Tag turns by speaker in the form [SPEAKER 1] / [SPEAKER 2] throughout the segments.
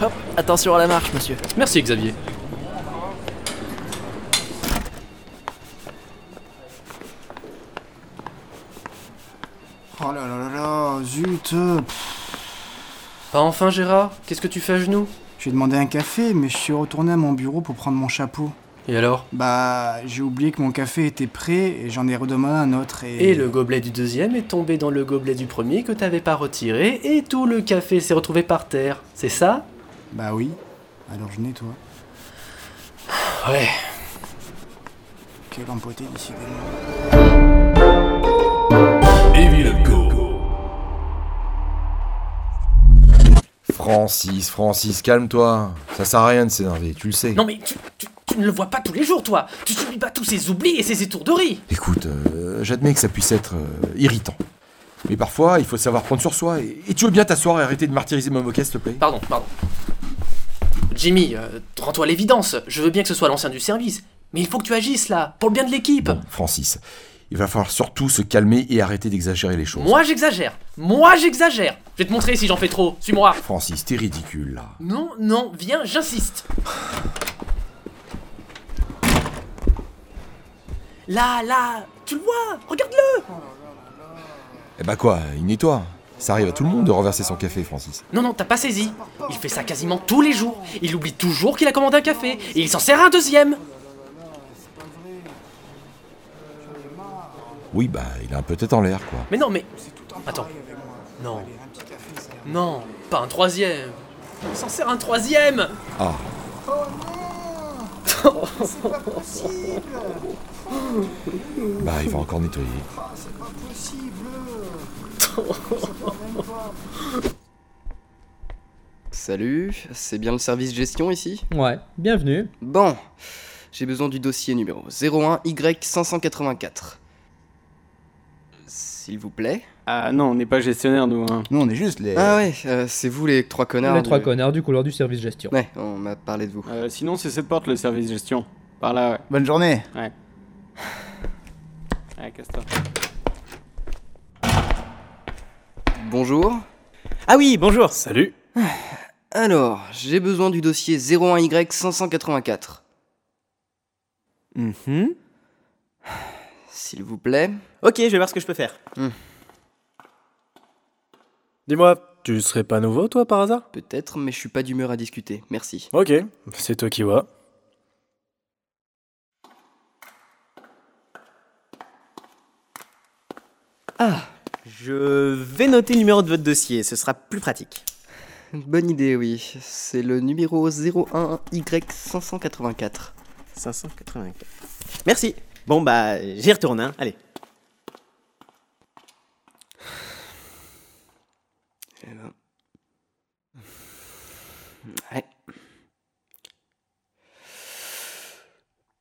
[SPEAKER 1] Hop, attention à la marche, monsieur.
[SPEAKER 2] Merci Xavier.
[SPEAKER 3] Oh là là là là, zut pff.
[SPEAKER 2] Pas enfin Gérard, qu'est-ce que tu fais à genoux
[SPEAKER 3] J'ai demandé un café, mais je suis retourné à mon bureau pour prendre mon chapeau.
[SPEAKER 2] Et alors
[SPEAKER 3] Bah, j'ai oublié que mon café était prêt et j'en ai redemandé un autre et...
[SPEAKER 2] Et le gobelet du deuxième est tombé dans le gobelet du premier que t'avais pas retiré et tout le café s'est retrouvé par terre. C'est ça
[SPEAKER 3] Bah oui. Alors je nettoie.
[SPEAKER 2] Ouais.
[SPEAKER 3] Quelle empotée décidément.
[SPEAKER 4] Evil Go.
[SPEAKER 5] Francis, Francis, calme-toi. Ça sert à rien de s'énerver, tu le sais.
[SPEAKER 2] Non mais tu, tu- tu ne le vois pas tous les jours toi Tu subis pas tous ces oublis et ces étourderies
[SPEAKER 5] Écoute, euh, j'admets que ça puisse être euh, irritant. Mais parfois, il faut savoir prendre sur soi. Et, et tu veux bien t'asseoir et arrêter de martyriser mon moquet, s'il te plaît
[SPEAKER 2] Pardon, pardon. Jimmy, euh, rends-toi à l'évidence, je veux bien que ce soit l'ancien du service, mais il faut que tu agisses là, pour le bien de l'équipe
[SPEAKER 5] Bon, Francis, il va falloir surtout se calmer et arrêter d'exagérer les choses.
[SPEAKER 2] Moi j'exagère Moi j'exagère Je vais te montrer si j'en fais trop, suis-moi
[SPEAKER 5] Francis, t'es ridicule, là.
[SPEAKER 2] Non, non, viens, j'insiste Là, là, tu le vois, regarde-le
[SPEAKER 5] Eh bah quoi, il nettoie. Ça arrive à tout le monde de renverser son café, Francis.
[SPEAKER 2] Non, non, t'as pas saisi Il fait ça quasiment tous les jours, il oublie toujours qu'il a commandé un café, et il s'en sert un deuxième
[SPEAKER 5] Oui, bah, il a un peu tête en l'air, quoi.
[SPEAKER 2] Mais non, mais... Attends. Non. Non, pas un troisième. On s'en sert un troisième
[SPEAKER 5] Ah, bah, il va encore nettoyer.
[SPEAKER 6] Salut, c'est bien le service gestion ici
[SPEAKER 7] Ouais, bienvenue.
[SPEAKER 6] Bon, j'ai besoin du dossier numéro 01Y584. S'il vous plaît.
[SPEAKER 8] Ah non, on n'est pas gestionnaire, nous. Hein.
[SPEAKER 3] Nous on est juste les...
[SPEAKER 6] Ah ouais, euh, c'est vous les trois connards.
[SPEAKER 7] les trois
[SPEAKER 6] du-
[SPEAKER 7] connards du couloir du service gestion.
[SPEAKER 6] Ouais, on m'a parlé de vous.
[SPEAKER 8] Euh, sinon, c'est cette porte, le service gestion. Par là, ouais.
[SPEAKER 3] Bonne journée.
[SPEAKER 8] Ouais, casse-toi.
[SPEAKER 6] Bonjour.
[SPEAKER 9] Ah oui, bonjour.
[SPEAKER 8] Salut
[SPEAKER 6] Alors, j'ai besoin du dossier 01Y584.
[SPEAKER 9] Mhm.
[SPEAKER 6] S'il vous plaît.
[SPEAKER 9] Ok, je vais voir ce que je peux faire.
[SPEAKER 10] Dis-moi, tu serais pas nouveau, toi, par hasard
[SPEAKER 6] Peut-être, mais je suis pas d'humeur à discuter. Merci.
[SPEAKER 10] Ok, c'est toi qui vois.
[SPEAKER 9] Ah, je vais noter le numéro de votre dossier, ce sera plus pratique.
[SPEAKER 6] Bonne idée, oui. C'est le numéro 01Y584.
[SPEAKER 9] 584. Merci. Bon bah, j'y retourne, hein. Allez.
[SPEAKER 6] Eh ben. Ouais.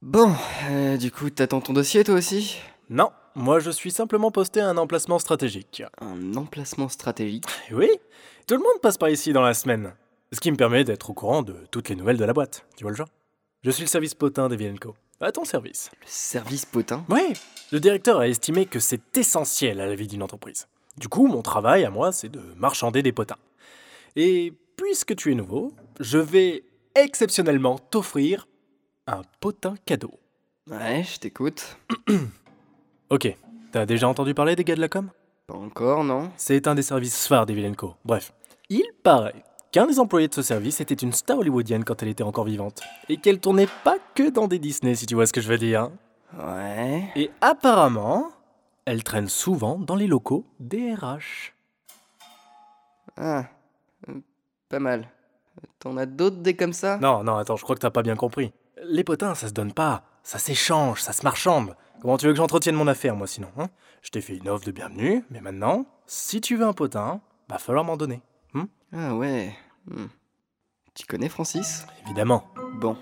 [SPEAKER 6] Bon, euh, du coup, t'attends ton dossier toi aussi
[SPEAKER 10] Non, moi je suis simplement posté à un emplacement stratégique.
[SPEAKER 6] Un emplacement stratégique.
[SPEAKER 10] Eh Oui, tout le monde passe par ici dans la semaine. Ce qui me permet d'être au courant de toutes les nouvelles de la boîte, tu vois le genre Je suis le service potin d'Evienco. À ton service.
[SPEAKER 6] Le service potin
[SPEAKER 10] Ouais, le directeur a estimé que c'est essentiel à la vie d'une entreprise. Du coup, mon travail à moi, c'est de marchander des potins. Et puisque tu es nouveau, je vais exceptionnellement t'offrir un potin cadeau.
[SPEAKER 6] Ouais, je t'écoute.
[SPEAKER 10] Ok, t'as déjà entendu parler des gars de la com
[SPEAKER 6] Pas encore, non
[SPEAKER 10] C'est un des services phares des Villain Co. Bref, il paraît qu'un des employés de ce service était une star hollywoodienne quand elle était encore vivante. Et qu'elle tournait pas que dans des Disney, si tu vois ce que je veux dire.
[SPEAKER 6] Ouais.
[SPEAKER 10] Et apparemment, elle traîne souvent dans les locaux des RH.
[SPEAKER 6] Ah, euh, pas mal. T'en as d'autres des comme ça
[SPEAKER 10] Non, non, attends, je crois que t'as pas bien compris. Les potins, ça se donne pas, ça s'échange, ça se marchande. Comment tu veux que j'entretienne mon affaire, moi, sinon hein Je t'ai fait une offre de bienvenue, mais maintenant, si tu veux un potin, va falloir m'en donner.
[SPEAKER 6] Ah ouais. Hmm. Tu connais Francis
[SPEAKER 10] Évidemment.
[SPEAKER 6] Bon.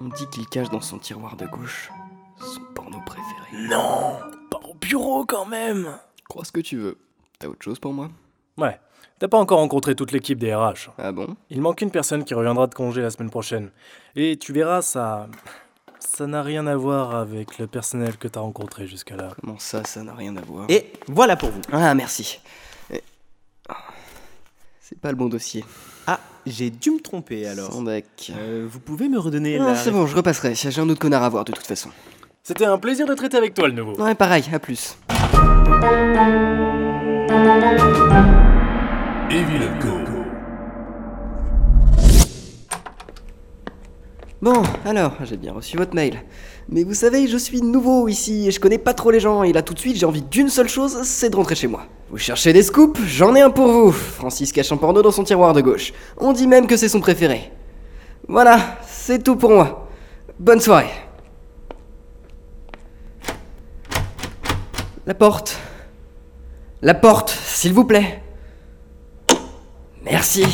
[SPEAKER 6] On dit qu'il cache dans son tiroir de gauche son porno préféré.
[SPEAKER 10] Non Pas au bureau quand même
[SPEAKER 6] Crois ce que tu veux. T'as autre chose pour moi
[SPEAKER 10] Ouais, t'as pas encore rencontré toute l'équipe des RH.
[SPEAKER 6] Ah bon
[SPEAKER 10] Il manque une personne qui reviendra de congé la semaine prochaine. Et tu verras, ça. Ça n'a rien à voir avec le personnel que t'as rencontré jusqu'à là.
[SPEAKER 6] Comment ça, ça n'a rien à voir
[SPEAKER 9] Et voilà pour vous.
[SPEAKER 6] Ah, merci. Et- C'est pas le bon dossier.
[SPEAKER 9] Ah, j'ai dû me tromper alors.
[SPEAKER 6] Sandac.
[SPEAKER 9] Euh, vous pouvez me redonner
[SPEAKER 6] Ah,
[SPEAKER 9] la.
[SPEAKER 6] c'est bon, je repasserai. J'ai un autre connard à voir de toute façon.
[SPEAKER 10] C'était un plaisir de traiter avec toi, le nouveau.
[SPEAKER 6] Ouais, pareil, à plus.
[SPEAKER 4] Evil Go.
[SPEAKER 6] Bon, alors, j'ai bien reçu votre mail. Mais vous savez, je suis nouveau ici et je connais pas trop les gens, et là tout de suite j'ai envie d'une seule chose, c'est de rentrer chez moi. Vous cherchez des scoops J'en ai un pour vous Francis cache un porno dans son tiroir de gauche. On dit même que c'est son préféré. Voilà, c'est tout pour moi. Bonne soirée. La porte. La porte, s'il vous plaît. Merci.